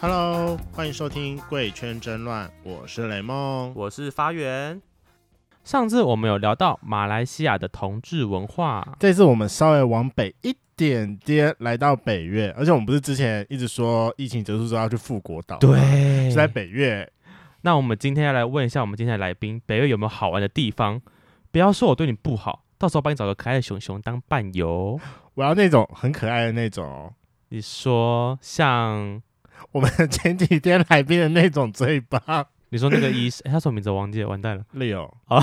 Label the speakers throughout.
Speaker 1: Hello，欢迎收听《贵圈争乱》，我是雷梦。
Speaker 2: 我是发源。
Speaker 3: 上次我们有聊到马来西亚的同志文化，
Speaker 1: 这次我们稍微往北一点点，来到北越，而且我们不是之前一直说疫情结束之后要去富国岛，，
Speaker 3: 对
Speaker 1: 是在北越。
Speaker 3: 那我们今天要来问一下我们今天的来宾，北越有没有好玩的地方？不要说我对你不好，到时候帮你找个可爱的熊熊当伴游。
Speaker 1: 我要那种很可爱的那种哦，
Speaker 3: 你说像
Speaker 1: 我们前几天来宾的那种嘴巴。
Speaker 3: 你说那个 医生，诶他什么名字我忘记了，完蛋了，
Speaker 1: Leo，
Speaker 3: 哦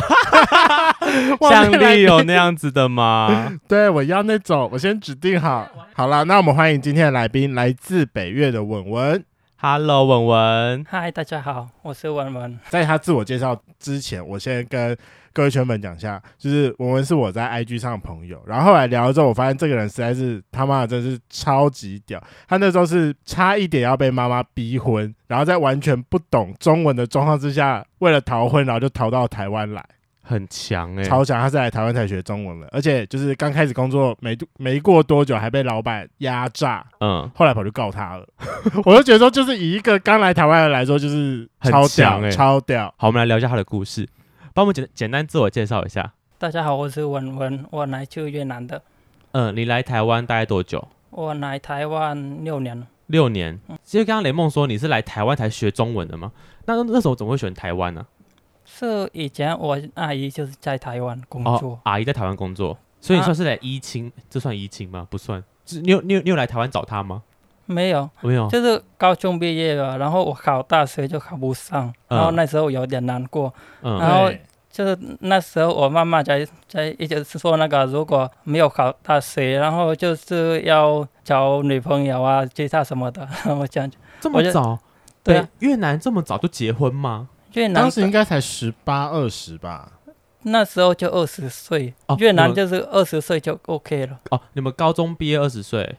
Speaker 1: 忘
Speaker 3: 像
Speaker 1: 记来宾
Speaker 3: 丽友那样子的吗？
Speaker 1: 对，我要那种，我先指定好。好啦，那我们欢迎今天的来宾，来自北越的文文。
Speaker 3: Hello，文文，
Speaker 4: 嗨，大家好，我是文文。
Speaker 1: 在他自我介绍之前，我先跟各位圈粉讲一下，就是文文是我在 IG 上的朋友，然后后来聊了之后，我发现这个人实在是他妈的真是超级屌，他那时候是差一点要被妈妈逼婚，然后在完全不懂中文的状况之下，为了逃婚，然后就逃到台湾来，
Speaker 3: 很强哎、
Speaker 1: 超强，他是来台湾才学中文的，而且就是刚开始工作没没过多久，还被老板压榨。
Speaker 3: 嗯，
Speaker 1: 后来跑去告他 了，我就觉得说，就是以一个刚来台湾的人来说，就是
Speaker 3: 很
Speaker 1: 超屌，
Speaker 3: 强欸
Speaker 1: 超屌。
Speaker 3: 好，我们来聊一下他的故事，帮我们简简单自我介绍一下。
Speaker 4: 大家好，我是文文，我来自越南的，
Speaker 3: 嗯，你来台湾大概多久？
Speaker 4: 我来台湾六年了。
Speaker 3: 六年。其实刚刚雷梦说你是来台湾才学中文的吗？那那那时候怎么会选台湾呢、
Speaker 4: 是以前我阿姨就是在台湾工
Speaker 3: 哦
Speaker 4: 作，，
Speaker 3: 阿姨在台湾工作，所以你
Speaker 4: 啊
Speaker 3: 算是来移亲，这算移亲吗？不算。是你有你有你有来台湾找他吗？
Speaker 4: 没有，
Speaker 1: 哦
Speaker 3: 没有。
Speaker 4: 啊就是高中毕业了，然后我考大学就考不上，然后
Speaker 3: 嗯
Speaker 4: 那时候有点难过。
Speaker 3: 嗯
Speaker 4: 然后
Speaker 1: 对
Speaker 4: 就是那时候我妈妈在在一直说那个如果没有考大学，然后就是要找女朋友啊、介绍什么的， 我讲
Speaker 3: 这
Speaker 4: 我
Speaker 3: 么
Speaker 4: 就
Speaker 3: 早？
Speaker 4: 对啊，
Speaker 3: 越南这么早就结婚吗？
Speaker 4: 越南
Speaker 1: 当时应该才十八二十吧，
Speaker 4: 那时候就二十岁，
Speaker 3: 哦
Speaker 4: 越南
Speaker 3: 我
Speaker 4: 就是二十岁就 OK 了。
Speaker 3: 哦，你们高中毕业二十岁，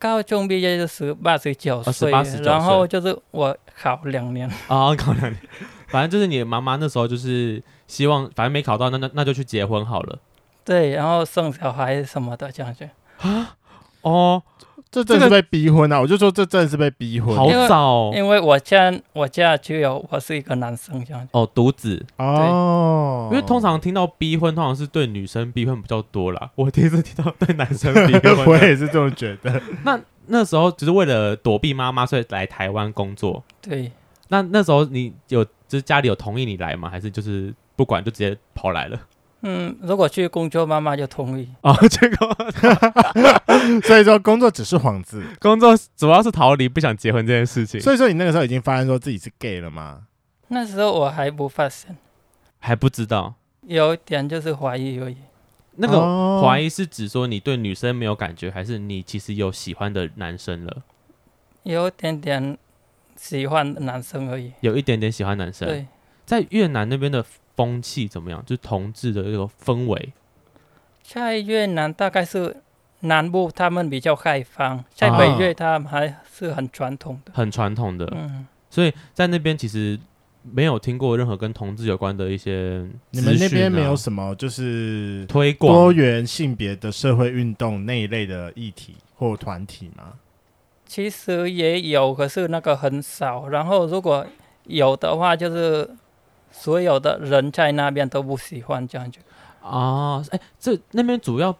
Speaker 4: 高中毕业就十八十九
Speaker 3: 哦
Speaker 4: 岁，
Speaker 3: 18 19
Speaker 4: 然后就是我考两 年，
Speaker 3: 啊，考两年，反正就是你的妈妈那时候就是希望，反正没考到，那那那就去结婚好了。
Speaker 4: 对，然后生小孩什么的这样子。
Speaker 3: 哦，
Speaker 1: 这真的是被逼婚啊！我就说这真的是被逼婚，
Speaker 3: 好
Speaker 4: 因为
Speaker 3: 早哦，
Speaker 4: 因为我家我家只有我是一个男生这样子，
Speaker 3: 哦独子，
Speaker 1: 哦，
Speaker 3: 因为通常听到逼婚，通常是对女生逼婚比较多啦。我第一次听到对男生逼 婚
Speaker 1: 我
Speaker 3: 的。
Speaker 1: 也是这么觉得。
Speaker 3: 那那时候只是为了躲避妈妈，所以来台湾工作。
Speaker 4: 对，
Speaker 3: 那那时候你有就是家里有同意你来吗？还是就是不管就直接跑来了？
Speaker 4: 嗯，如果去工作，妈妈就同意。
Speaker 3: 哦，结果
Speaker 1: 所以说工作只是幌子。
Speaker 3: 工作主要是逃离不想结婚这件事情，
Speaker 1: 所以说你那个时候已经发现说自己是 gay 了吗？
Speaker 4: 那时候我还不发现，
Speaker 3: 还不知道
Speaker 4: 有一点就是怀疑而已。
Speaker 3: 那个
Speaker 1: 哦
Speaker 3: 怀疑是指说你对女生没有感觉，还是你其实有喜欢的男生了，
Speaker 4: 有一点点喜欢男生而已。
Speaker 3: 有一点点喜欢男生？
Speaker 4: 对，
Speaker 3: 在越南那边的风气怎么样？就是同志的这个氛围。
Speaker 4: 在越南大概是南部他们比较开放，在北越他们还是很传统的。
Speaker 3: 很传统的，
Speaker 4: 嗯，
Speaker 3: 所以在那边其实没有听过任何跟同志有关的一些、
Speaker 1: 你们那边没有
Speaker 3: 么
Speaker 1: 什么就是
Speaker 3: 推
Speaker 1: 多
Speaker 3: 啊广，
Speaker 1: 元性别的社会运动那一类的议题或团体吗？
Speaker 4: 其实也有，可是那个很少。然后如果有的话，就是所有的人在那边都不喜欢这样子。
Speaker 3: 啊？哎、这那边主要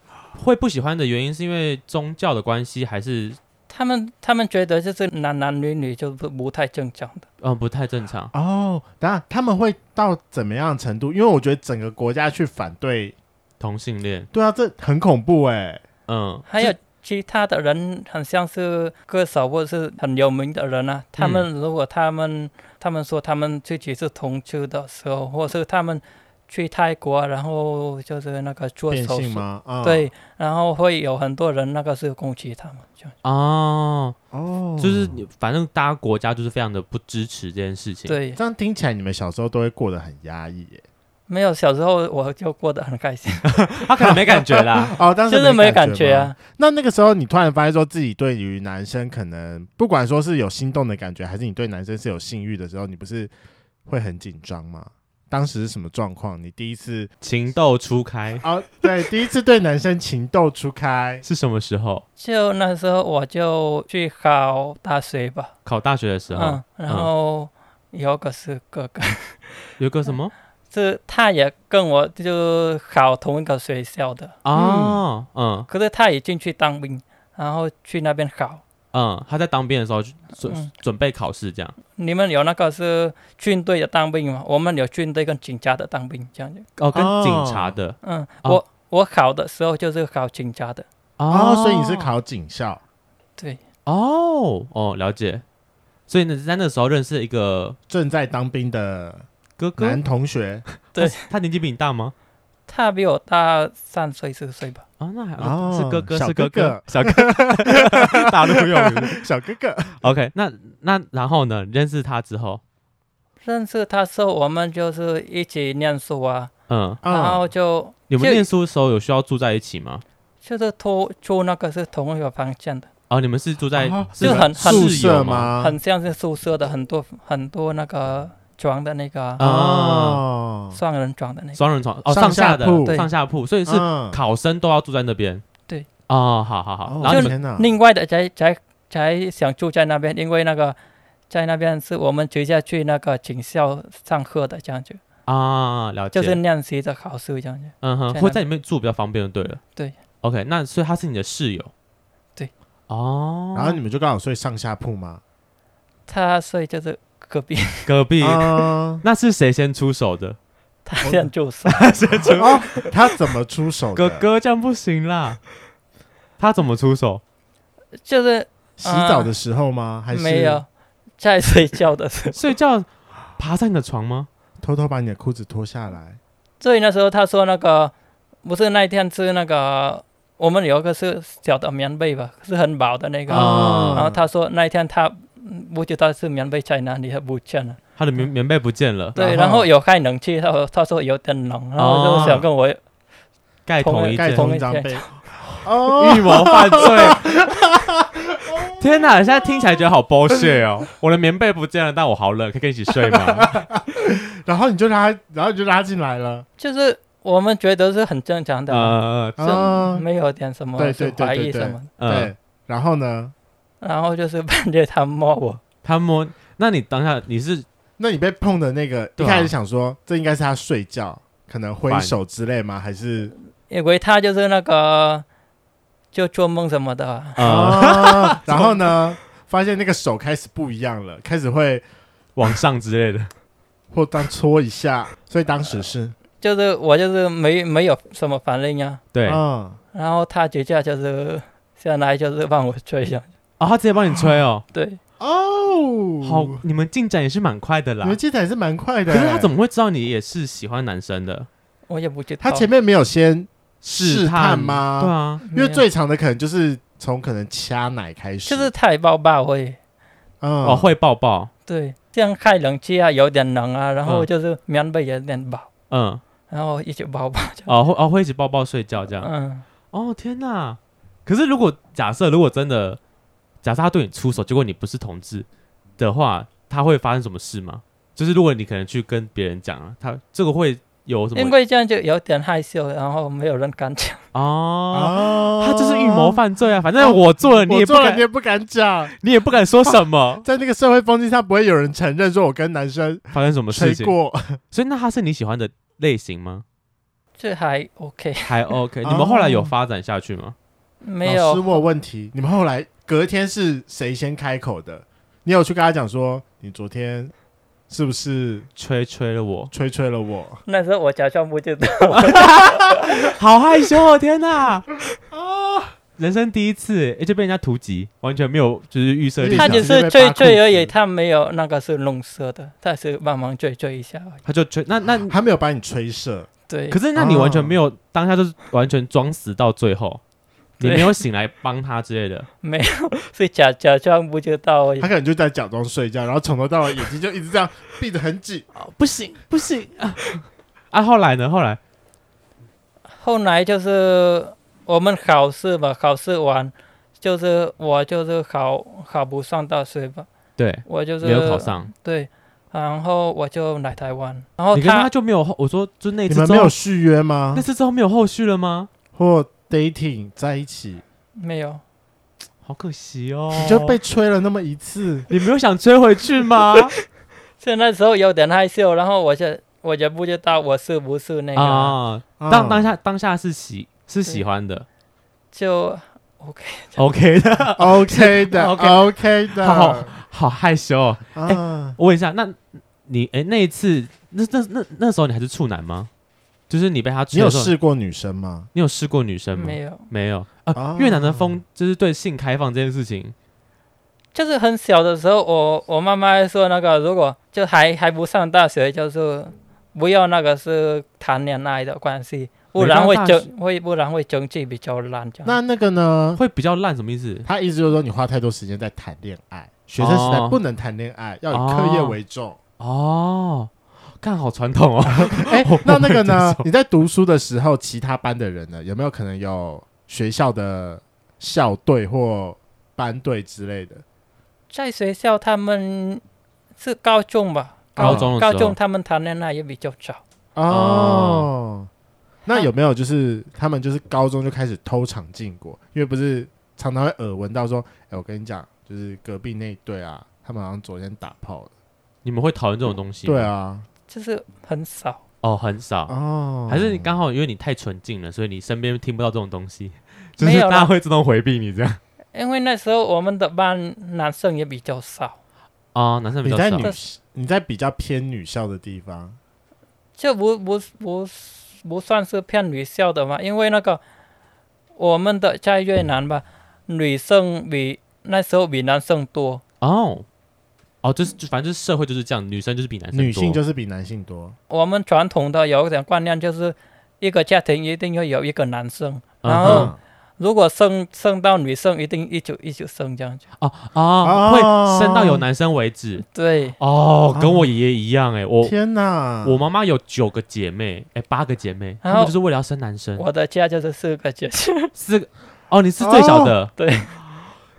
Speaker 3: 会不喜欢的原因是因为宗教的关系，还是
Speaker 4: 他们他们觉得就是男男女女就不不太正常的。
Speaker 3: 嗯、呃不太正常？
Speaker 1: 哦，等下他们会到怎么样的程度？因为我觉得整个国家去反对，
Speaker 3: 同性恋，
Speaker 1: 对啊，这很恐怖哎、
Speaker 3: 嗯，
Speaker 4: 还有其他的人，很像是歌手或者是很有名的人啊。他们如果他们、他们说他们自己是同志的时候，或者是他们去泰国，然后就是那个做
Speaker 1: 变
Speaker 4: 手
Speaker 1: 性
Speaker 4: 术，
Speaker 1: 吗？啊、，
Speaker 4: 对，然后会有很多人那个是攻击他们，就
Speaker 3: 哦，
Speaker 1: 哦，
Speaker 3: 就是你反正大家国家就是非常的不支持这件事情。，
Speaker 4: 对。
Speaker 1: 这样听起来，你们小时候都会过得很压抑耶。
Speaker 4: 没有，小时候我就过得很开心，
Speaker 3: 他可能没感觉 啦。
Speaker 1: 哦， 当时
Speaker 4: 就是
Speaker 1: 没
Speaker 4: 没感觉
Speaker 1: 吗。
Speaker 4: 啊。
Speaker 1: 那那个时候，你突然发现说自己对于男生可能不管说是有心动的感觉，还是你对男生是有性欲的时候，你不是会很紧张吗？当时是什么状况？你第一次
Speaker 3: 情窦初开
Speaker 1: 哦， 对，第一次对男生情窦初开，
Speaker 3: 是什么时候？
Speaker 4: 就那时候我就去考大学吧，
Speaker 3: 考大学的时候，
Speaker 4: 嗯，然后有个是哥 哥，
Speaker 3: 有个什么
Speaker 4: 是他也跟我就考同一个学校的，
Speaker 3: 啊？嗯
Speaker 4: 可是他已经去当兵，然后去那边考。
Speaker 3: 嗯，他在当兵的时候就准
Speaker 4: 嗯
Speaker 3: 准备考试这样。
Speaker 4: 你们有那个是军队的当兵吗？我们有军队跟警察的当兵，这样子。
Speaker 3: 哦，跟
Speaker 1: 哦
Speaker 3: 警察的
Speaker 4: 嗯，
Speaker 3: 哦
Speaker 4: 我我考的时候就是考警察的，
Speaker 1: 哦，所以你是考警校，
Speaker 4: 对，
Speaker 3: 哦哦，了解。所以呢，在那时候认识一个
Speaker 1: 正在当兵的
Speaker 3: 哥哥
Speaker 1: 男，同学，
Speaker 4: 对
Speaker 3: 他他年纪比你大吗？
Speaker 4: 他比我大三岁四岁吧。
Speaker 3: 啊，那还
Speaker 1: 哦
Speaker 3: 是哥哥，
Speaker 1: 小
Speaker 3: 是哥
Speaker 1: 哥
Speaker 3: 哥
Speaker 1: 哥，
Speaker 3: 小哥， 大陆用语。
Speaker 1: 小哥哥，
Speaker 3: OK，那那然后呢？认识他之后，
Speaker 4: 认识他时候，我们就是一起念书啊，
Speaker 3: 嗯，
Speaker 4: 然后
Speaker 1: 嗯，
Speaker 4: 就
Speaker 3: 你们
Speaker 4: 就
Speaker 3: 念书的时候有需要住在一起吗？
Speaker 4: 就是偷住那个是同一个房间的，
Speaker 3: 哦，你们是住在
Speaker 1: 哦
Speaker 3: 是
Speaker 4: 就很很
Speaker 1: 宿
Speaker 3: 室友
Speaker 1: 舍
Speaker 3: 吗？
Speaker 1: 吗？
Speaker 4: 很像是宿舍的很多很多那个床的那个啊
Speaker 3: 啊
Speaker 1: 哦，
Speaker 4: 双人床的那个，
Speaker 3: 双人床哦，
Speaker 1: 上
Speaker 3: 上
Speaker 1: 下
Speaker 3: 的
Speaker 1: 铺
Speaker 4: 对
Speaker 3: 上下铺，所以是
Speaker 1: 嗯
Speaker 3: 考生都要住在那边。
Speaker 4: 对，
Speaker 3: 哦，好好好
Speaker 1: 哦，
Speaker 3: 然后你们
Speaker 1: 天哪，
Speaker 4: 另外的才才才想住在那边，因为那个在那边是我们直接去那个警校上课的这样子，
Speaker 3: 啊，了解，
Speaker 4: 就是练习着考试这样子。
Speaker 3: 嗯哼，
Speaker 4: 在
Speaker 3: 会
Speaker 4: 那
Speaker 3: 在里面住比较方便就对了。
Speaker 4: 对
Speaker 3: ，OK，那所以他是你的室友。
Speaker 4: 对，
Speaker 3: 哦，
Speaker 1: 然后你们就刚好睡上下铺吗？
Speaker 4: 他所以就是隔壁
Speaker 3: 隔 壁
Speaker 1: 啊，
Speaker 3: 那是谁先出手的？
Speaker 4: 他先住宿，
Speaker 1: 哦， 他怎么出手的？
Speaker 3: 哥哥这样不 行啦，他怎么出手？
Speaker 4: 就是
Speaker 1: 洗澡的时候吗？还是
Speaker 4: 没有在睡觉的时候。
Speaker 3: 睡觉爬上你的床吗？
Speaker 1: 偷偷把你的裤子脱下来？
Speaker 4: 所以那时候他说那个不是那一天是那个我们有一个是小的棉被吧，是很薄的那个，
Speaker 3: 哦
Speaker 1: 啊
Speaker 4: 然后他说那一天他嗯不知道是棉被在哪里，他不见
Speaker 1: 啊
Speaker 4: 了。
Speaker 3: 他的棉棉被不见了，
Speaker 4: 对，
Speaker 1: 然
Speaker 4: 然
Speaker 1: 后
Speaker 4: 后有开冷气，他说他说有点冷，
Speaker 1: 啊
Speaker 4: 然后就想跟我
Speaker 3: 盖
Speaker 4: 同
Speaker 3: 同一
Speaker 4: 一
Speaker 1: 盖
Speaker 3: 件，
Speaker 1: 同一张被。哦，
Speaker 3: 预谋犯罪。天哪！现在听起来觉得好 bullshit 哦。我的棉被不见了，但我好冷，可以跟你一起睡吗？
Speaker 1: 然后你就拉，然后你就拉进来了。
Speaker 4: 就是我们觉得是很正常的嘛，
Speaker 3: 呃
Speaker 4: 是
Speaker 1: 啊，
Speaker 4: 没有点什么
Speaker 1: 对
Speaker 4: 是
Speaker 1: 对对
Speaker 4: 怀疑
Speaker 1: 对
Speaker 4: 什么的。
Speaker 3: 呃，
Speaker 1: 对。然后呢？
Speaker 4: 然后就是半夜他摸我，
Speaker 3: 他摸。那你当下你是
Speaker 1: 那你被碰的那个，一
Speaker 3: 对啊
Speaker 1: 开始想说这应该是他睡觉，可能挥手之类吗？还是
Speaker 4: 因为他就是那个就做梦什么的啊。
Speaker 3: 呃
Speaker 1: 啊？然后呢？发现那个手开始不一样了，开始会
Speaker 3: 往上之类的？
Speaker 1: 或当搓一下，所以当时是
Speaker 4: 就是我就是没没有什么反应啊，
Speaker 3: 对。哦，
Speaker 1: 嗯，
Speaker 4: 然后他直接就是下来就是帮我吹呀，
Speaker 3: 他直接帮你吹哦。
Speaker 4: 对，
Speaker 1: 哦，
Speaker 3: 好，你们进展也是蛮快的啦
Speaker 1: 你。们进展也是蛮快的、欸
Speaker 3: 可是他怎么会知道你也是喜欢男生的？
Speaker 4: 我也不知道。
Speaker 1: 他前面没有先
Speaker 3: 试
Speaker 1: 试探吗？
Speaker 3: 对啊，
Speaker 4: 没
Speaker 1: 因
Speaker 4: 有
Speaker 1: 为最长的可能就是从可能掐奶开始，
Speaker 4: 就是太暴暴会，
Speaker 1: 嗯，
Speaker 3: 哦，会抱抱，
Speaker 4: 对，这样开冷气啊有点冷啊，然
Speaker 1: 嗯
Speaker 4: 后就是棉被有点薄，
Speaker 3: 嗯，
Speaker 4: 然后一直抱抱着，
Speaker 3: 哦，会哦会一起抱抱睡觉这样。
Speaker 4: 嗯，
Speaker 3: 哦，天哪！可是如果假设如果真的，假设他对你出手，结果你不是同志的话，他会发生什么事吗？就是如果你可能去跟别人讲啊，他这个会有什
Speaker 4: 因
Speaker 3: 么？
Speaker 4: 为这样就有点害羞，然后没有人敢讲，
Speaker 3: 哦，
Speaker 1: 哦
Speaker 3: 他就是预谋，犯罪啊！反正我做了，你也
Speaker 1: 我
Speaker 3: 不
Speaker 1: 做了
Speaker 3: 敢
Speaker 1: 你，也不敢讲，
Speaker 3: 你也不
Speaker 1: ，
Speaker 3: 敢说什么
Speaker 1: 在那个社会风气上，不会有人承认说我跟男生
Speaker 3: 发生什么
Speaker 1: 吹
Speaker 3: 事情？
Speaker 1: 过，
Speaker 3: 所以那他是你喜欢的类型吗？
Speaker 4: 这还 OK，
Speaker 3: 还 OK，
Speaker 1: 哦
Speaker 3: 你们后来有发展下去吗？
Speaker 4: 没
Speaker 1: 老师
Speaker 4: 有，
Speaker 1: 我有哦问题，你们后来隔天是谁先开口的？你有去跟他讲说你昨天是不是
Speaker 3: 吹吹了我，
Speaker 1: 吹吹了我？
Speaker 4: 那时候我假装不知道，
Speaker 3: 好害羞哦！天哪， 啊，人生第一次，哎、就被人家突击，完全没有就是预设立
Speaker 4: 他
Speaker 3: 场
Speaker 1: 你，
Speaker 4: 只
Speaker 1: 直接
Speaker 4: 是
Speaker 1: 被
Speaker 4: 追
Speaker 1: 扒裤
Speaker 4: 追而
Speaker 1: 子
Speaker 4: 已，他没有那个是弄色的，他是帮忙追追一下而已，
Speaker 3: 他就吹。那那
Speaker 4: 嗯
Speaker 1: 他没有把你吹射，
Speaker 4: 对
Speaker 3: 可，是那你完全没有、当下就是完全装死到最后，你
Speaker 4: 对
Speaker 3: 没有醒来帮他之类的。
Speaker 4: 没有，是假假装不知道而 已
Speaker 1: 他。可能就在假装睡觉，然后从头到尾眼睛就一直这样闭得很 紧。
Speaker 3: 不行不行啊！ 啊，后来呢？后来
Speaker 4: 后来就是我们考试吧，考试完就是我就是考考不上大学吧，
Speaker 3: 对，
Speaker 4: 我就是
Speaker 3: 没有考上，
Speaker 4: 对，然后我就来台湾，然后
Speaker 3: 你跟他
Speaker 4: 哦他
Speaker 3: 就没有后，我说就那一
Speaker 1: 你
Speaker 3: 次
Speaker 1: 们
Speaker 3: 之
Speaker 1: 没
Speaker 3: 后
Speaker 1: 有，续约吗
Speaker 3: 哎那？次之后没有后续了吗？
Speaker 1: 或 dating 在一起，
Speaker 4: 没有，
Speaker 3: 好可惜哦，
Speaker 1: 你就被吹了那么一次，
Speaker 3: 你没有想追回去吗？
Speaker 4: 所以那时候有点害羞，然后我就我也不知道我是不是那个，
Speaker 3: 啊，
Speaker 1: 嗯
Speaker 3: 当当下当下是喜是喜欢的
Speaker 4: 就
Speaker 3: ，OK 的，
Speaker 1: 啊 OK 的
Speaker 3: OK
Speaker 1: OK 的，
Speaker 3: 好好害羞哦。
Speaker 1: 啊，
Speaker 3: 我问一下，那你哎那一次那那那那时候你还是处男吗？就是你被他
Speaker 1: 你
Speaker 3: 追
Speaker 1: 有
Speaker 3: 的时候，
Speaker 1: 试过女生吗？
Speaker 3: 你有试过女生吗？
Speaker 4: 没有，
Speaker 3: 没有啊。
Speaker 1: 啊
Speaker 3: 越南的风就是对性开放这件事情，
Speaker 4: 就是很小的时候，我我妈妈还说那个如果就还还不上大学，就是不要那个是谈恋爱的关系，不然会
Speaker 3: 没上大学
Speaker 4: 争会不然会争气比较烂
Speaker 3: 嗯
Speaker 4: 这样。
Speaker 1: 那那个呢？
Speaker 3: 会比较烂，什么意思？
Speaker 1: 他意思就是说你花太多时间在谈恋爱，学生时代
Speaker 3: 哦
Speaker 1: 不能谈恋爱，要以课业为重。
Speaker 3: 哦，看好传统哦。
Speaker 1: 哎、那那个
Speaker 3: 我
Speaker 1: 呢
Speaker 3: 不能接？受
Speaker 1: 你在读书的时候，其他班的人呢，有没有可能有学校的校队或班队之类的？
Speaker 4: 在学校他们是高中吧，
Speaker 3: 高中的
Speaker 4: 高
Speaker 3: 时候
Speaker 4: 中，他们谈恋爱也比较早，
Speaker 1: 哦，那有没有就是他们就是高中就开始偷尝禁果？因为不是常常会耳闻到说，哎、我跟你讲，就是隔壁那一队啊，他们好像昨天打炮了。
Speaker 3: 你们会讨论这种东西？
Speaker 1: 对，啊，
Speaker 4: 就是很少。
Speaker 3: 哦，很少。
Speaker 1: 哦，
Speaker 3: 还是你刚好因为你太纯净了，所以你身边听不到这种东西，就
Speaker 4: 没
Speaker 3: 是
Speaker 4: 有啦
Speaker 3: 大家会自动回避你这样
Speaker 4: 因为那时候我们的班男生也比较少，
Speaker 3: 啊、男生比
Speaker 1: 你在
Speaker 3: 较少
Speaker 1: 女你在比较偏女校的地方，
Speaker 4: 就不不不不算是骗女校的嘛，因为那个我们的在越南吧，女生比那时候比男生多，
Speaker 3: 哦哦，就是就反正就是社会就是这样，女生就是比男生多
Speaker 1: 女性就是比男性多。
Speaker 4: 我们传统的有一点观念就是，一个家庭一定要有一个男生，然
Speaker 3: 嗯
Speaker 1: 哦
Speaker 4: 后如果生生到女生，一定一直一直生这样子。
Speaker 3: 哦
Speaker 1: 啊
Speaker 3: 哦，会升到有男生为止
Speaker 4: 对，
Speaker 3: 哦，跟我爷爷一样哎、我
Speaker 1: 天哪！
Speaker 3: 我妈妈有九个姐妹哎、八个姐妹，她
Speaker 4: 然后
Speaker 3: 们就是为了要生男生，
Speaker 4: 我的家就是四个姐姐，
Speaker 3: 四个哦，你是最小的，
Speaker 4: 对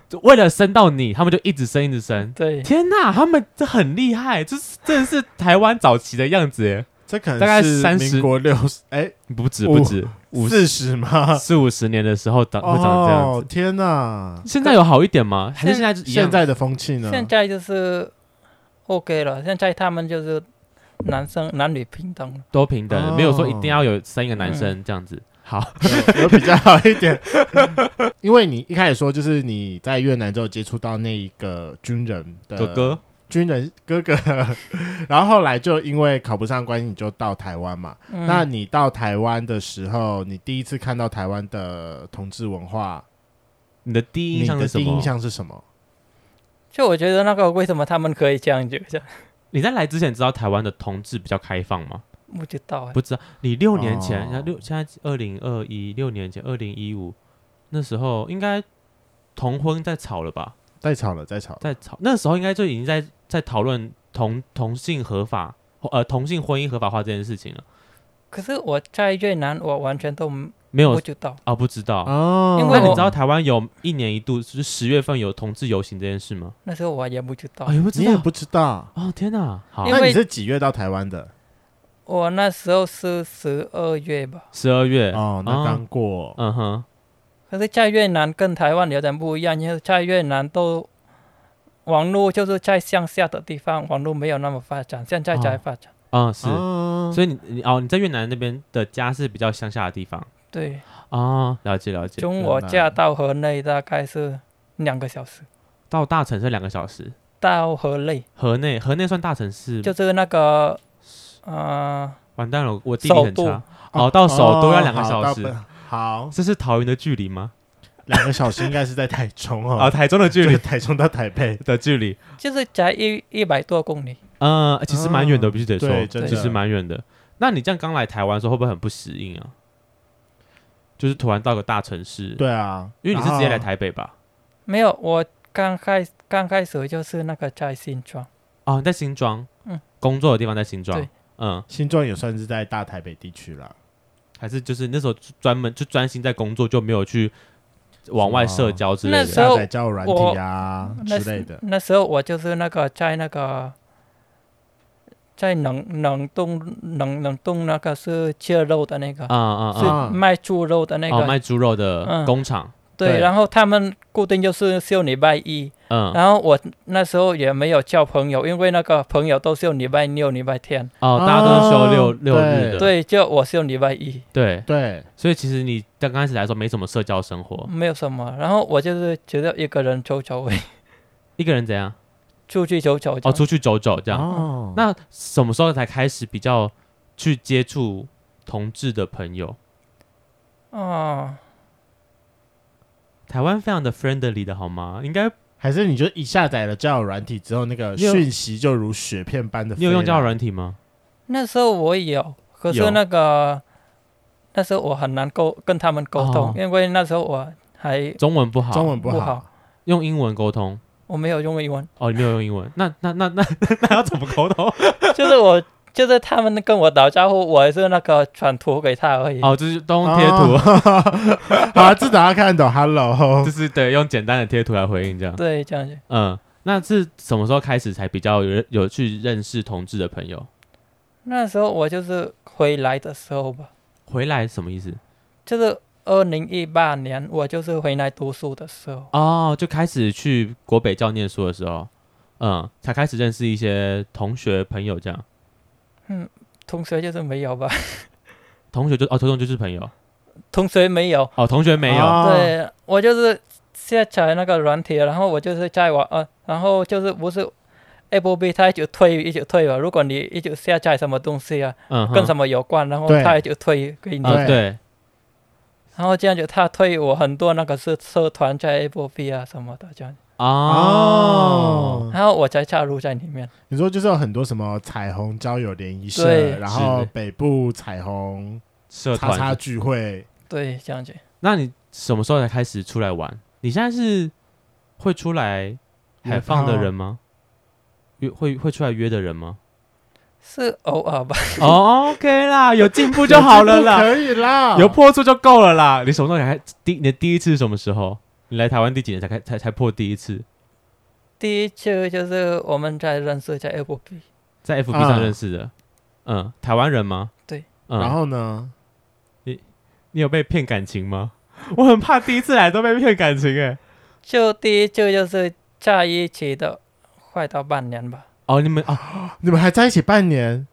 Speaker 3: 就为了生到你，她们就一直生一直生。
Speaker 4: 对，
Speaker 3: 天呐，他们这很厉害，这是真的是台湾早期的样子耶，
Speaker 1: 这可能
Speaker 3: 大概
Speaker 1: 是
Speaker 3: 30
Speaker 1: 民国六十哎
Speaker 3: 不止
Speaker 1: 五
Speaker 3: 不 止五
Speaker 1: 四十吗？
Speaker 3: 四五十年的时候长 会长这样子。
Speaker 1: 哦，天哪！
Speaker 3: 现在有好一点吗？还是现在就是一样
Speaker 1: 现在的风气呢？
Speaker 4: 现在就是 OK 了，现在他们就是男生男女平等了。
Speaker 3: 都平等，
Speaker 1: 哦
Speaker 3: 没有说一定要有生一个男生这样子。好，
Speaker 1: 有比较好一点，因为你一开始说就是你在越南之后接触到那一个军人的
Speaker 3: 哥哥，
Speaker 1: 军人哥哥， 然后后来就因为考不上关系，你就到台湾嘛。
Speaker 4: 嗯、
Speaker 1: 那你到台湾的时候，你第一次看到台湾的同志文化，
Speaker 3: 你的第一
Speaker 1: 你
Speaker 3: 印象
Speaker 1: 的
Speaker 3: 是什
Speaker 1: 第
Speaker 3: 么？
Speaker 1: 一印象是什么？
Speaker 4: 就我觉得那个为什么他们可以这样子，这样
Speaker 3: 你在来之前知道台湾的同志比较开放吗？
Speaker 4: 不知道哎、
Speaker 3: 不知道。你六年前，
Speaker 1: 哦
Speaker 3: 那六现在二零二一，六年前二零一五那时候应该同婚在吵了吧？
Speaker 1: 再吵了，再吵了。
Speaker 3: 在吵，那时候应该就已经在在讨论同同性合法，呃，同性婚姻合法化这件事情了。
Speaker 4: 可是我在越南，我完全都没
Speaker 3: 没有
Speaker 4: 不知道。
Speaker 3: 啊，不知道。
Speaker 1: 哦
Speaker 4: 因为
Speaker 3: 那你
Speaker 4: 我
Speaker 3: 知道台湾有一年一度就是十月份有同志游行这件事吗？
Speaker 4: 那时候我也不知道，
Speaker 3: 哎，不知
Speaker 1: 你也
Speaker 3: 道。
Speaker 1: 不知道？
Speaker 3: 哦，天哪！好
Speaker 4: 因，
Speaker 1: 那
Speaker 4: 为
Speaker 1: 你是几月到台湾的？
Speaker 4: 我那时候是十二月吧。
Speaker 3: 十二月。
Speaker 1: 哦，那
Speaker 3: 啊
Speaker 1: 刚过。
Speaker 3: 嗯哼，
Speaker 4: 可是，在越南跟台湾有点不一样，因为在越南都网络就是在乡下的地方，网络没有那么发展，现在才
Speaker 3: 哦
Speaker 4: 发展。
Speaker 3: 嗯是。
Speaker 1: 哦
Speaker 3: 所以你你哦，你在越南那边的家是比较乡下的地方
Speaker 4: 对，
Speaker 3: 哦，了解了解。
Speaker 4: 从
Speaker 1: 越
Speaker 4: 我
Speaker 1: 南
Speaker 4: 家到河内大概是两个小时，
Speaker 3: 到大城市两个小时，
Speaker 4: 到河内
Speaker 3: 河内河内算大城市，
Speaker 4: 就是那个呃
Speaker 3: 完蛋了，我地理很
Speaker 4: 首
Speaker 3: 差
Speaker 4: 都。
Speaker 3: 哦，到首都要两个
Speaker 1: 好
Speaker 3: 小
Speaker 1: 到
Speaker 3: 时
Speaker 1: 本，好，
Speaker 3: 这是桃园的距离吗？
Speaker 1: 两个小时应该是在台中
Speaker 3: 啊，
Speaker 1: 哦，
Speaker 3: 台中的距
Speaker 1: 就
Speaker 3: 离
Speaker 1: 是台中到台 北，
Speaker 3: 的距 离，
Speaker 4: 就是才一一百多公里，嗯
Speaker 3: 呃，其实蛮远的，我必须得说，
Speaker 1: 啊对，真的
Speaker 3: 其实蛮远的。那你这样刚来台湾的时候，会不会很不适应啊？就是突然到个大城市，，
Speaker 1: 对啊，
Speaker 3: 因为你是直接来
Speaker 1: 然后，
Speaker 3: 台北吧？
Speaker 4: 没有，我刚开刚开始就是那个在新庄，
Speaker 3: 哦，你在新庄，
Speaker 4: 嗯
Speaker 3: 工作的地方在新庄
Speaker 4: 对，
Speaker 3: 嗯，
Speaker 1: 新庄也算是在大台北地区啦。
Speaker 3: 还是就是那时候专门就专心在工作，就没有去往外社交之类
Speaker 4: 那时
Speaker 3: 的。
Speaker 4: 候
Speaker 1: 下载交友软体啊
Speaker 4: 那
Speaker 1: 之
Speaker 4: 时
Speaker 1: 类的，
Speaker 4: 那时候我就是那个在那个在冷冷冻冷冷冻那个是切肉的那个，
Speaker 3: 啊啊啊！
Speaker 1: 啊
Speaker 4: 是卖猪肉的那
Speaker 3: 哦，
Speaker 4: 个，
Speaker 3: 卖猪肉的
Speaker 4: 嗯
Speaker 3: 工厂，
Speaker 4: 对，
Speaker 1: 对
Speaker 4: 然后他们固定就是休礼拜一，
Speaker 3: 嗯，
Speaker 4: 然后我那时候也没有交朋友，因为那个朋友都休礼拜六、礼拜天，
Speaker 3: 哦，大家都是休六
Speaker 1: 啊
Speaker 3: 六日的，
Speaker 4: 对，就我休礼拜一，
Speaker 3: 对，
Speaker 1: 对，
Speaker 3: 所以其实你刚开始来说没什么社交生活，
Speaker 4: 没有什么。然后我就是觉得一个人走走而已，
Speaker 3: 一个人怎样？
Speaker 4: 出去走走这
Speaker 3: 哦，
Speaker 4: 样。
Speaker 3: 出去走走这样。
Speaker 1: 哦，
Speaker 3: 那什么时候才开始比较去接触同志的朋友？
Speaker 4: 哦，
Speaker 3: 台湾非常的 friendly 的好吗？应该
Speaker 1: 还是你就一下载了交友软体之后，那个
Speaker 3: 你有
Speaker 1: 讯息就如雪片般的。
Speaker 3: 你有用交友软体吗？
Speaker 4: 那时候我有，可
Speaker 3: 有
Speaker 4: 是那个那时候我很难沟跟他们沟通，
Speaker 3: 哦
Speaker 4: 因为那时候我还
Speaker 3: 中文不好，
Speaker 1: 中文不
Speaker 4: 不
Speaker 1: 好
Speaker 4: 好，
Speaker 3: 用英文沟通。
Speaker 4: 我没有用英文，
Speaker 3: 哦，你没有用英文，那那那那 那要怎么沟 通？
Speaker 4: 就是我就是他们跟我打招呼，我还是那个传图给他而已。
Speaker 3: 哦，就是都用贴图，
Speaker 1: 哦好 啊，至少要看得懂 “hello”。
Speaker 3: 就是对，用简单的贴图来回应这样。
Speaker 4: 对，这样子。
Speaker 3: 嗯，那是什么时候开始才比较有有去认识同志的朋友？
Speaker 4: 那时候我就是回来的时候吧，
Speaker 3: 回来什么意思？
Speaker 4: 就是二零一八年我就是回来读书的时候，
Speaker 3: 哦，就开始去国北教念书的时候，嗯，才开始认识一些同学朋友这样。
Speaker 4: 同学就是没有吧，
Speaker 3: 同学就哦，初中就是朋友
Speaker 4: 同学没有，
Speaker 3: 哦，同学 没有、
Speaker 1: 哦
Speaker 4: 对我就是下载那个软体，然后我就是在玩，呃，然后就是不是 Apple B 它就推一直推吧，如果你一直下载什么东西啊，
Speaker 3: 嗯哼，
Speaker 4: 跟什么有关，然后
Speaker 1: 对
Speaker 4: 它就推给你，
Speaker 1: 啊
Speaker 3: 呃对，
Speaker 4: 然后这样就它推我很多那个是社团在 Apple B 啊什么的这样，
Speaker 1: 哦
Speaker 3: 哦，
Speaker 4: 然后我才加入在里面。
Speaker 1: 你说就是有很多什么彩虹交友联谊社，
Speaker 4: 对
Speaker 1: 然后
Speaker 3: 是
Speaker 1: 北部彩虹
Speaker 3: 社
Speaker 1: 叉
Speaker 3: 团
Speaker 1: 叉
Speaker 3: 的。
Speaker 1: 聚会，
Speaker 4: 对，这样子。
Speaker 3: 那你什么时候才开始出来玩？你现在是会出来海
Speaker 1: 约
Speaker 3: 放的
Speaker 1: 炮
Speaker 3: 人吗？约会会出来约的人吗？
Speaker 4: 是偶尔吧，
Speaker 3: 哦、o k 啦，有进步就好了啦，
Speaker 1: 可以啦，
Speaker 3: 有破处就够了啦。你什么时候才开第你的第一次是什么时候？你来台湾第几年才开才才破第一次？
Speaker 4: 第一次就是我们在认识在 Apple B，
Speaker 3: 在 FB
Speaker 1: 啊
Speaker 3: 上认识的，嗯，台湾人吗？
Speaker 4: 对，
Speaker 3: 嗯，
Speaker 1: 然后呢？
Speaker 3: 你有被骗感情吗？ 我很怕第一次来都被骗感情哎、
Speaker 4: 就第一次就是在一起的，快到半年吧。
Speaker 3: 哦，你们哦
Speaker 1: 你们还在一起半年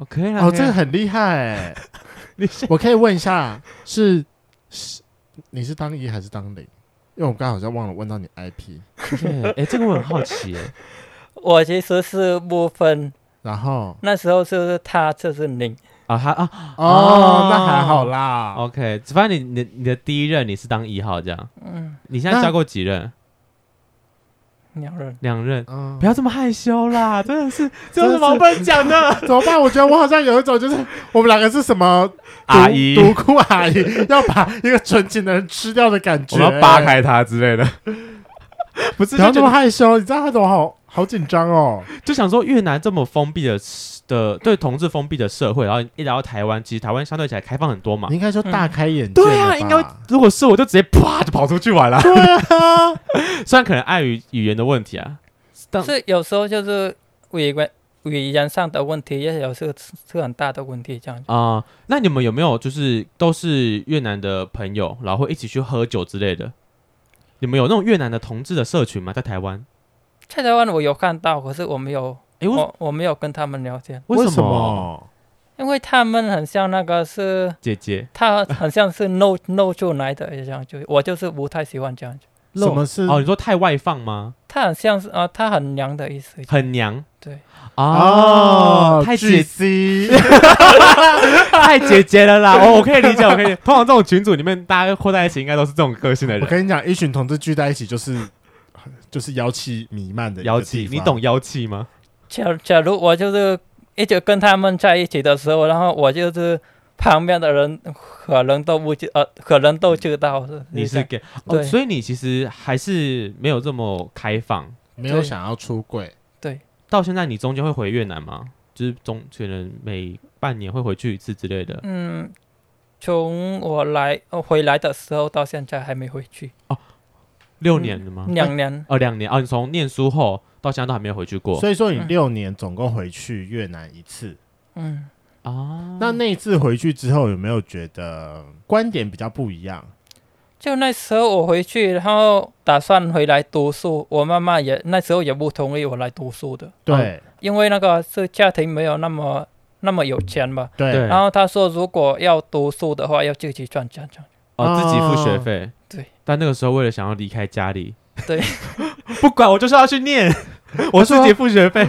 Speaker 3: ，OK 啦，
Speaker 1: 哦，
Speaker 3: 可以
Speaker 1: 这个
Speaker 3: 啦
Speaker 1: 很厉害欸。
Speaker 3: 啊 你是
Speaker 1: 我可以问一下，是是你是当一还是当零？因为我刚刚好像忘了问到你 IP，
Speaker 3: 哎、这个我很好奇哎、
Speaker 4: 我其实是不分，
Speaker 1: 然后
Speaker 4: 那时候就是他就是你，
Speaker 3: 啊他啊哦
Speaker 1: 哦，那还好啦。
Speaker 3: ，OK，反正你你你的第一任你是当一号这样，
Speaker 4: 嗯，
Speaker 3: 你现在
Speaker 1: 那
Speaker 3: 交过几任？
Speaker 4: 两人。
Speaker 3: 两任。
Speaker 1: 嗯
Speaker 3: 不要这么害羞啦，真的是，这
Speaker 1: 真
Speaker 3: 有
Speaker 1: 的
Speaker 3: 什么
Speaker 1: 是
Speaker 3: 不能讲的？
Speaker 1: 怎么办？我觉得我好像有一种就是我们两个是什么独
Speaker 3: 阿姨
Speaker 1: 独孤阿 姨，要把一个纯情的人吃掉的感觉，
Speaker 3: 我们要扒。开他之类的， 不是
Speaker 1: 不要那
Speaker 3: 就觉
Speaker 1: 么
Speaker 3: 得
Speaker 1: 害羞，你知道他怎么好好紧张哦？
Speaker 3: 就想说越南这么封闭的的对同志封闭的社会，然后一来到台湾，其实台湾相对起来开放很多嘛
Speaker 1: 你。应该说大开眼界、
Speaker 3: 对啊，应该如果是我就直接啪就跑出去玩了。对啊，虽然可能碍于语言的问题啊，但
Speaker 4: 是有时候就是语言语言上的问题，也有时候是是很大的问题，这样。
Speaker 3: 啊、那你们有没有就是都是越南的朋友，然后会一起去喝酒之类的？你们有那种越南的同志的社群吗？在台湾？
Speaker 4: 在台湾我有看到，可是我没有，
Speaker 3: 哎、为
Speaker 4: 我我没有跟他们聊天，
Speaker 1: 为
Speaker 3: 什
Speaker 1: 什？么？
Speaker 4: 因为他们很像那个是。
Speaker 3: 姐姐
Speaker 4: 他很像是 no no 出来的这样，就我就是不太喜欢这样。
Speaker 1: 什么是？
Speaker 3: 哦，你说太外放吗？
Speaker 4: 他很像是啊、他很娘的意思。
Speaker 3: 很娘
Speaker 4: 对，
Speaker 3: 哦，太
Speaker 1: 啊巨
Speaker 3: 姐
Speaker 1: C，
Speaker 3: 太姐姐 了啦！哦，我可以理解，我可以理解。通常这种群组里面，大家混在一起，应该都是这种个性的
Speaker 1: 我
Speaker 3: 人。
Speaker 1: 跟你讲，一群同志聚在一起就是就是妖气弥漫的一个
Speaker 3: 妖气，
Speaker 1: 地方
Speaker 3: 你懂？妖气吗？
Speaker 4: 假假如我就是一直跟他们在一起的时候，然后我就是旁边的人可能都不知呃，可能都知道是
Speaker 3: 你
Speaker 4: 这
Speaker 3: 是
Speaker 4: 样
Speaker 3: gay 哦，
Speaker 4: 对
Speaker 3: 所以你其实还是没有这么开放。
Speaker 1: 没有想要出柜，
Speaker 3: 到现在，你中间会回越南吗？就是中可能每半年会回去一次之类的。
Speaker 4: 嗯，从我来呃回来的时候到现在还没回去，
Speaker 3: 六年了吗？
Speaker 1: 啊嗯
Speaker 4: 两年。
Speaker 3: 哦，两年哦，你从念书后到现在都还没有回去过
Speaker 1: 所以说你
Speaker 4: 嗯
Speaker 1: 六年总共回去越南一次，
Speaker 4: 嗯，
Speaker 3: 啊。
Speaker 1: 那那一次回去之后有没有觉得观点比较不一样？
Speaker 4: 就那时候我回去，然后打算回来读书，我妈妈也那时候也不同意我来读书的，
Speaker 3: 嗯
Speaker 1: 对
Speaker 4: 因为那个是家庭没有那么那么有钱嘛。
Speaker 1: 对
Speaker 3: 对
Speaker 4: 然后她说，如果要读书的话，要自己赚钱赚。
Speaker 3: 哦，自己付学
Speaker 1: 哦
Speaker 3: 费。
Speaker 4: 对，
Speaker 3: 但那个时候为了想要离开家里，
Speaker 4: 对，
Speaker 3: 不管我就是要去念，我自己付学费，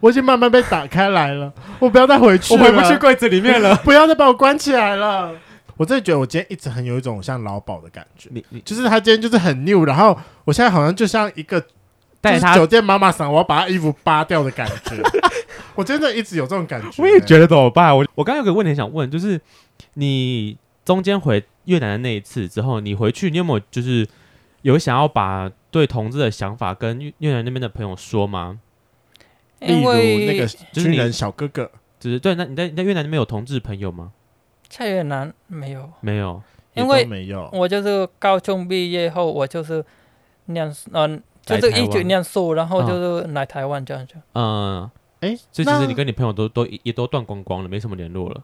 Speaker 1: 我已经慢慢被打开来了， 我不要再回去
Speaker 3: 我
Speaker 1: 了，
Speaker 3: 回不去柜子里 面了。
Speaker 1: 不要再把我关起来了。我真的觉得我今天一直很有一种像劳保的感觉，
Speaker 3: 你你
Speaker 1: 就是他今天就是很 new，然后我现在好像就像一个
Speaker 3: 带
Speaker 1: 就是
Speaker 3: 他，
Speaker 1: 酒店妈妈桑，我要把她衣服扒掉的感 觉。我真的一直有这种感觉、
Speaker 3: 我也觉得怎么办？我我刚刚有个问题想问，就是你中间回越南的那一次之后，你回去你有没有就是有想要把对同志的想法跟越越南那边的朋友说吗？
Speaker 1: 例
Speaker 4: 因
Speaker 1: 如
Speaker 4: 为
Speaker 1: 那个
Speaker 3: 就是
Speaker 1: 军
Speaker 3: 你
Speaker 1: 人小哥哥，
Speaker 3: 就是对，那你在你在越南那边有同志朋友吗？
Speaker 4: 在越南没有，
Speaker 3: 没有，
Speaker 4: 因为
Speaker 1: 也都没有，
Speaker 4: 我就是高中毕业后，我就是念嗯、
Speaker 3: 来
Speaker 4: 就是
Speaker 3: 台
Speaker 4: 一直
Speaker 3: 湾
Speaker 4: 念书，然后
Speaker 3: 啊
Speaker 4: 就是来台湾这样子。
Speaker 3: 嗯，
Speaker 1: 哎，
Speaker 3: 所以其
Speaker 1: 那
Speaker 3: 实你跟你朋友都都也都断光光了，没什么联络了。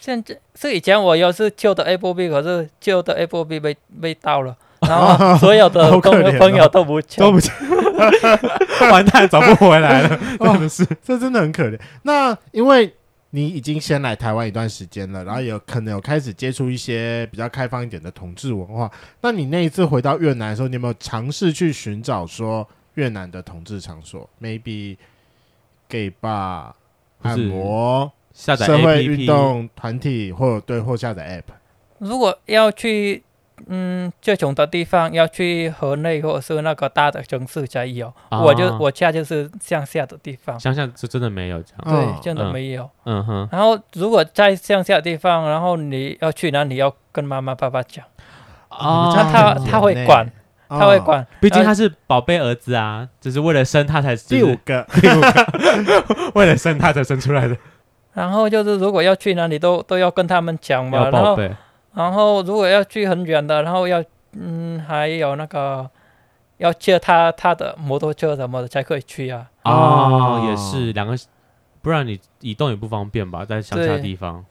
Speaker 4: 现在是以前我有是旧的 Apple B，可是旧的 Apple B 被被盗 了，然后所有的
Speaker 1: 好可
Speaker 4: 朋友
Speaker 1: 怜
Speaker 4: 朋友
Speaker 1: 哦
Speaker 4: 都不见。
Speaker 3: 啊不见，完蛋，找不回来了， 真的是。
Speaker 1: 哦这真的很可怜。那因为你已经先来台湾一段时间了，然后有可能有开始接触一些比较开放一点的统治文化。那你那一次回到越南的时候，你有没有尝试去寻找说越南的统治场所？maybe gay bar、
Speaker 3: 或
Speaker 1: 按
Speaker 3: 是
Speaker 1: 摩、
Speaker 3: 下载
Speaker 1: 社会运
Speaker 3: APP，
Speaker 1: 动团体，或对或下载 app。
Speaker 4: 如果要去嗯这种的地方，要去河内或者是那个大的城市才有。
Speaker 3: 啊
Speaker 4: 我就我家就是乡下的地方，
Speaker 3: 想想是真的没有这样。
Speaker 1: 嗯
Speaker 4: 对，真的
Speaker 3: 嗯
Speaker 4: 没有。
Speaker 3: 嗯哼，
Speaker 4: 然后如果在乡下的地方，然后你要去哪里，要跟妈妈爸爸讲，
Speaker 1: 哦
Speaker 3: 哦
Speaker 1: 你们家
Speaker 4: 他
Speaker 1: 很
Speaker 4: 他会
Speaker 1: 严呢
Speaker 4: 管，他会
Speaker 1: 哦
Speaker 4: 管。
Speaker 3: 毕竟
Speaker 4: 呃
Speaker 3: 他是宝贝儿子啊，就是为了生他才
Speaker 1: 第
Speaker 3: 就
Speaker 1: 五
Speaker 3: 是
Speaker 1: 个，
Speaker 3: 为了生他才生出来的，
Speaker 4: 然后就是如果要去哪里都都要跟他们讲嘛，
Speaker 3: 要
Speaker 4: 然
Speaker 3: 宝
Speaker 4: 后
Speaker 3: 贝。
Speaker 4: 然后如果要去很远的，然后要嗯还有那个要借他他的摩托车什么的才可以去啊。
Speaker 3: 哦
Speaker 1: 哦，
Speaker 3: 也是两个，不然你移动也不方便吧，在乡下
Speaker 4: 对
Speaker 3: 地方。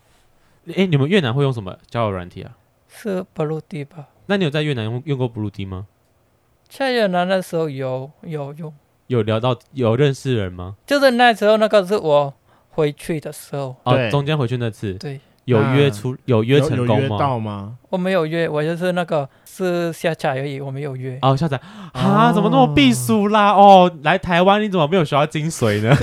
Speaker 3: 哎，你们越南会用什么交友软体啊？
Speaker 4: 是 Blue D 吧？
Speaker 3: 那你有在越南用用过 Blue D 吗？
Speaker 4: 在越南的时候有有用，
Speaker 3: 有聊到有认识人吗？
Speaker 4: 就是那时候那个是我回去的时候，
Speaker 3: 哦，
Speaker 1: 对
Speaker 3: 中间回去那次
Speaker 4: 对
Speaker 3: 有约
Speaker 1: 那
Speaker 3: 出有约
Speaker 1: 有有
Speaker 3: 成功
Speaker 1: 约
Speaker 3: 吗？
Speaker 1: 到吗？
Speaker 4: 我没有约，我就是那个是下载而已，我没有约。
Speaker 3: 哦，下载啊，怎么那么避暑啦？哦，来台湾你怎么没有学到精髓呢？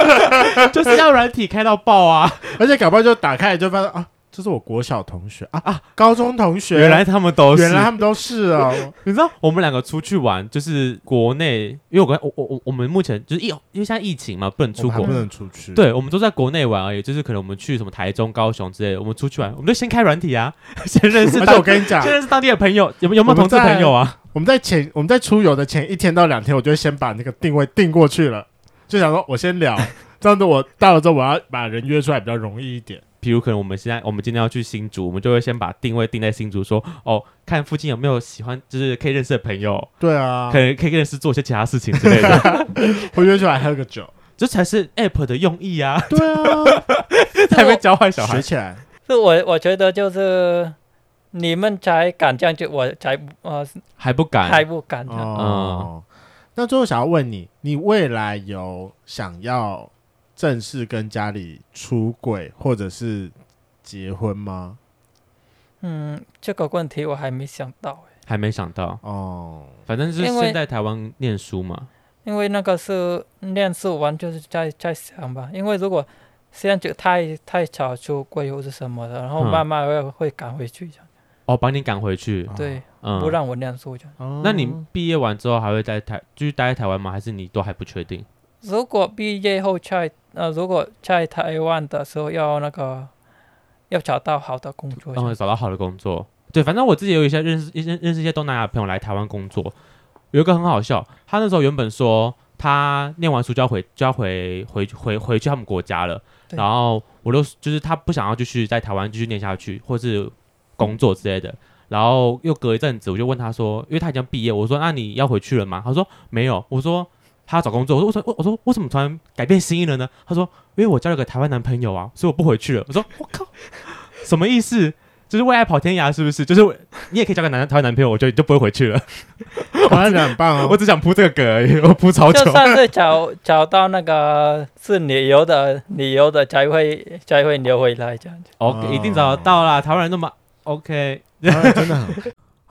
Speaker 3: 就是要软体开到爆啊！
Speaker 1: 而且搞不好就打开来就发现啊，这是我国小同学啊啊，高中同学，
Speaker 3: 原来他们都是
Speaker 1: 原来他们都是哦，
Speaker 3: 你知道我们两个出去玩，就是国内，因为我跟我我我我们目前就是疫，因为现在疫情嘛，不能
Speaker 1: 我
Speaker 3: 出
Speaker 1: 们还
Speaker 3: 国
Speaker 1: 不，能出去，，
Speaker 3: 对，我们都在国内玩而已。就是可能我们去什么台中、高雄之类的，我们出去玩，我们就先开软体啊， 先认识
Speaker 1: 而且我
Speaker 3: 当，
Speaker 1: 跟你讲
Speaker 3: 先，认识当地的朋友，有没有有没
Speaker 1: 我们
Speaker 3: 有同志
Speaker 1: 在
Speaker 3: 朋友啊？
Speaker 1: 我们在前我们在出游的前一天到两天，我就会先把那个定位定过去了，就想说我先 聊，这样子我到了之后我要把人约出来比较容易一点。
Speaker 3: 比如可能我们现在我们今天要去新竹，我们就会先把定位定在新竹说哦，看附近有没有喜欢就是可以认识的朋友，
Speaker 1: 对啊
Speaker 3: 可，能可以认识做一些其他事情之类 的，
Speaker 1: 我约出来喝个酒，
Speaker 3: 这才是 app 的用意啊，
Speaker 1: 对啊，
Speaker 3: 才会教坏小
Speaker 1: 学。
Speaker 3: 孩
Speaker 1: 起来，
Speaker 4: 是我我觉得就是你们才敢这样就我才不呃
Speaker 3: 还不敢，
Speaker 4: 还不敢啊这样。
Speaker 1: 哦，
Speaker 3: 嗯
Speaker 1: 那最后想要问你，你未来有想要正式跟家里出轨或者是结婚吗？
Speaker 4: 嗯，这个问题我还没想到欸，
Speaker 3: 还没想到，
Speaker 1: 哦，
Speaker 3: 反正是
Speaker 4: 因为
Speaker 3: 先在台湾念书嘛。
Speaker 4: 因为那个是念书完就是在在想吧，因为如果现在就太太早出柜或是什么的，然后
Speaker 3: 嗯
Speaker 4: 妈妈会会赶回去这样，
Speaker 3: 哦，把你赶回去，
Speaker 4: 对，
Speaker 3: 嗯，
Speaker 4: 不让我念书这样。
Speaker 1: 哦
Speaker 3: 那你毕业完之后还会在台继续待在台湾吗？还是你都还不确定？
Speaker 4: 如果毕业后在呃，如果在台湾的时候要那个要找到好的工作这
Speaker 3: 然
Speaker 4: 样，
Speaker 3: 后找到好的工作。对，反正我自己有一些认识、认认识一些东南亚朋友来台湾工作，有一个很好笑，他那时候原本说他念完书就要回就要回回回回去他们国家了，
Speaker 4: 对
Speaker 3: 然后我就就是他不想要继续在台湾继续念下去，或是工作之类的。然后又隔一阵子，我就问他说，因为他已经毕业，我说那你要回去了吗？他说没有。我说他找工作，我说我说我说我怎么突然改变心意了呢？他说因为我交了个台湾男朋友啊，所以我不回去了。我说 我靠，什么意思？就是为爱跑天涯是不是？就是我你也可以交个男台湾男朋友，我觉得你就不会回去了。
Speaker 1: 台湾人很棒
Speaker 3: 我
Speaker 1: 哦，
Speaker 3: 只想铺这个梗而已， 我铺超久
Speaker 4: 就。
Speaker 1: 啊
Speaker 4: 算是找找到那个是旅游的旅游的才会才会留回来这样子。
Speaker 3: OK，一哦定找得到啦，台湾人那么 OK。
Speaker 1: 台湾人真的很。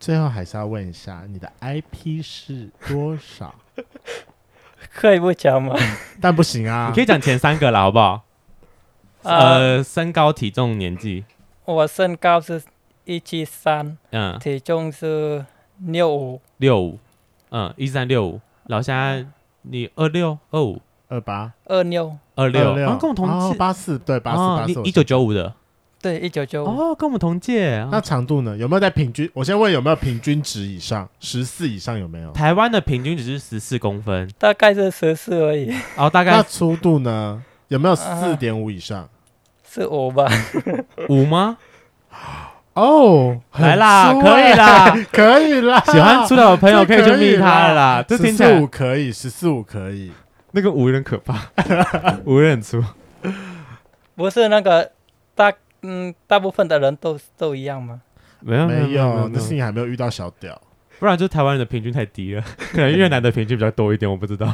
Speaker 1: 最后还是要问一下，你的 IP 是多少？
Speaker 4: 可以不讲 吗？
Speaker 1: 但不行啊，
Speaker 3: 你可以讲前三个啦，好不好？
Speaker 4: 呃，
Speaker 3: 呃，身高、体重、年纪，
Speaker 4: 我身高是一七三，
Speaker 3: 嗯，
Speaker 4: 体重是六五
Speaker 3: 六五，嗯，一三六五，然后现在你二六二五
Speaker 1: 二八
Speaker 4: 二六，
Speaker 3: 二
Speaker 1: 二
Speaker 3: 六，
Speaker 1: 六，
Speaker 3: 啊跟我们同届，
Speaker 1: 八四对八四
Speaker 3: 哦
Speaker 1: 八
Speaker 3: 你
Speaker 1: 四，
Speaker 3: 一九九五的，
Speaker 4: 对，一九九五。
Speaker 3: 哦，跟我们同届。啊
Speaker 1: 那长度呢？有没有在平均？我先问有没有平均值以上，十四以上有没有？
Speaker 3: 台湾的平均只是十四公分，
Speaker 4: 大概是十四而已，
Speaker 3: 然后大
Speaker 1: 那
Speaker 3: 概呃
Speaker 1: 粗度呢？有没有四
Speaker 4: 啊
Speaker 1: 点五以上？
Speaker 4: 是五吧？
Speaker 3: 五吗？
Speaker 1: 哦，很
Speaker 3: 来啦，
Speaker 1: 粗
Speaker 3: 可以
Speaker 1: 欸，
Speaker 3: 啦，
Speaker 1: 可以啦。
Speaker 3: 哎 喜欢出的朋友可以去
Speaker 1: 这可以
Speaker 3: 密他了啦。这
Speaker 1: 十
Speaker 3: 听起
Speaker 1: 四
Speaker 3: 来
Speaker 1: 五可以，十四五可以。
Speaker 3: 那个五有点可 怕，五有点粗。
Speaker 4: 不是那个大嗯，大部分的人都都一样吗？
Speaker 3: 没有
Speaker 1: 没有，
Speaker 3: 没
Speaker 1: 那是你还没有遇到小屌。
Speaker 3: 不然就是台湾人的平均太低了，可能越南的平均比较多一点，我不知道。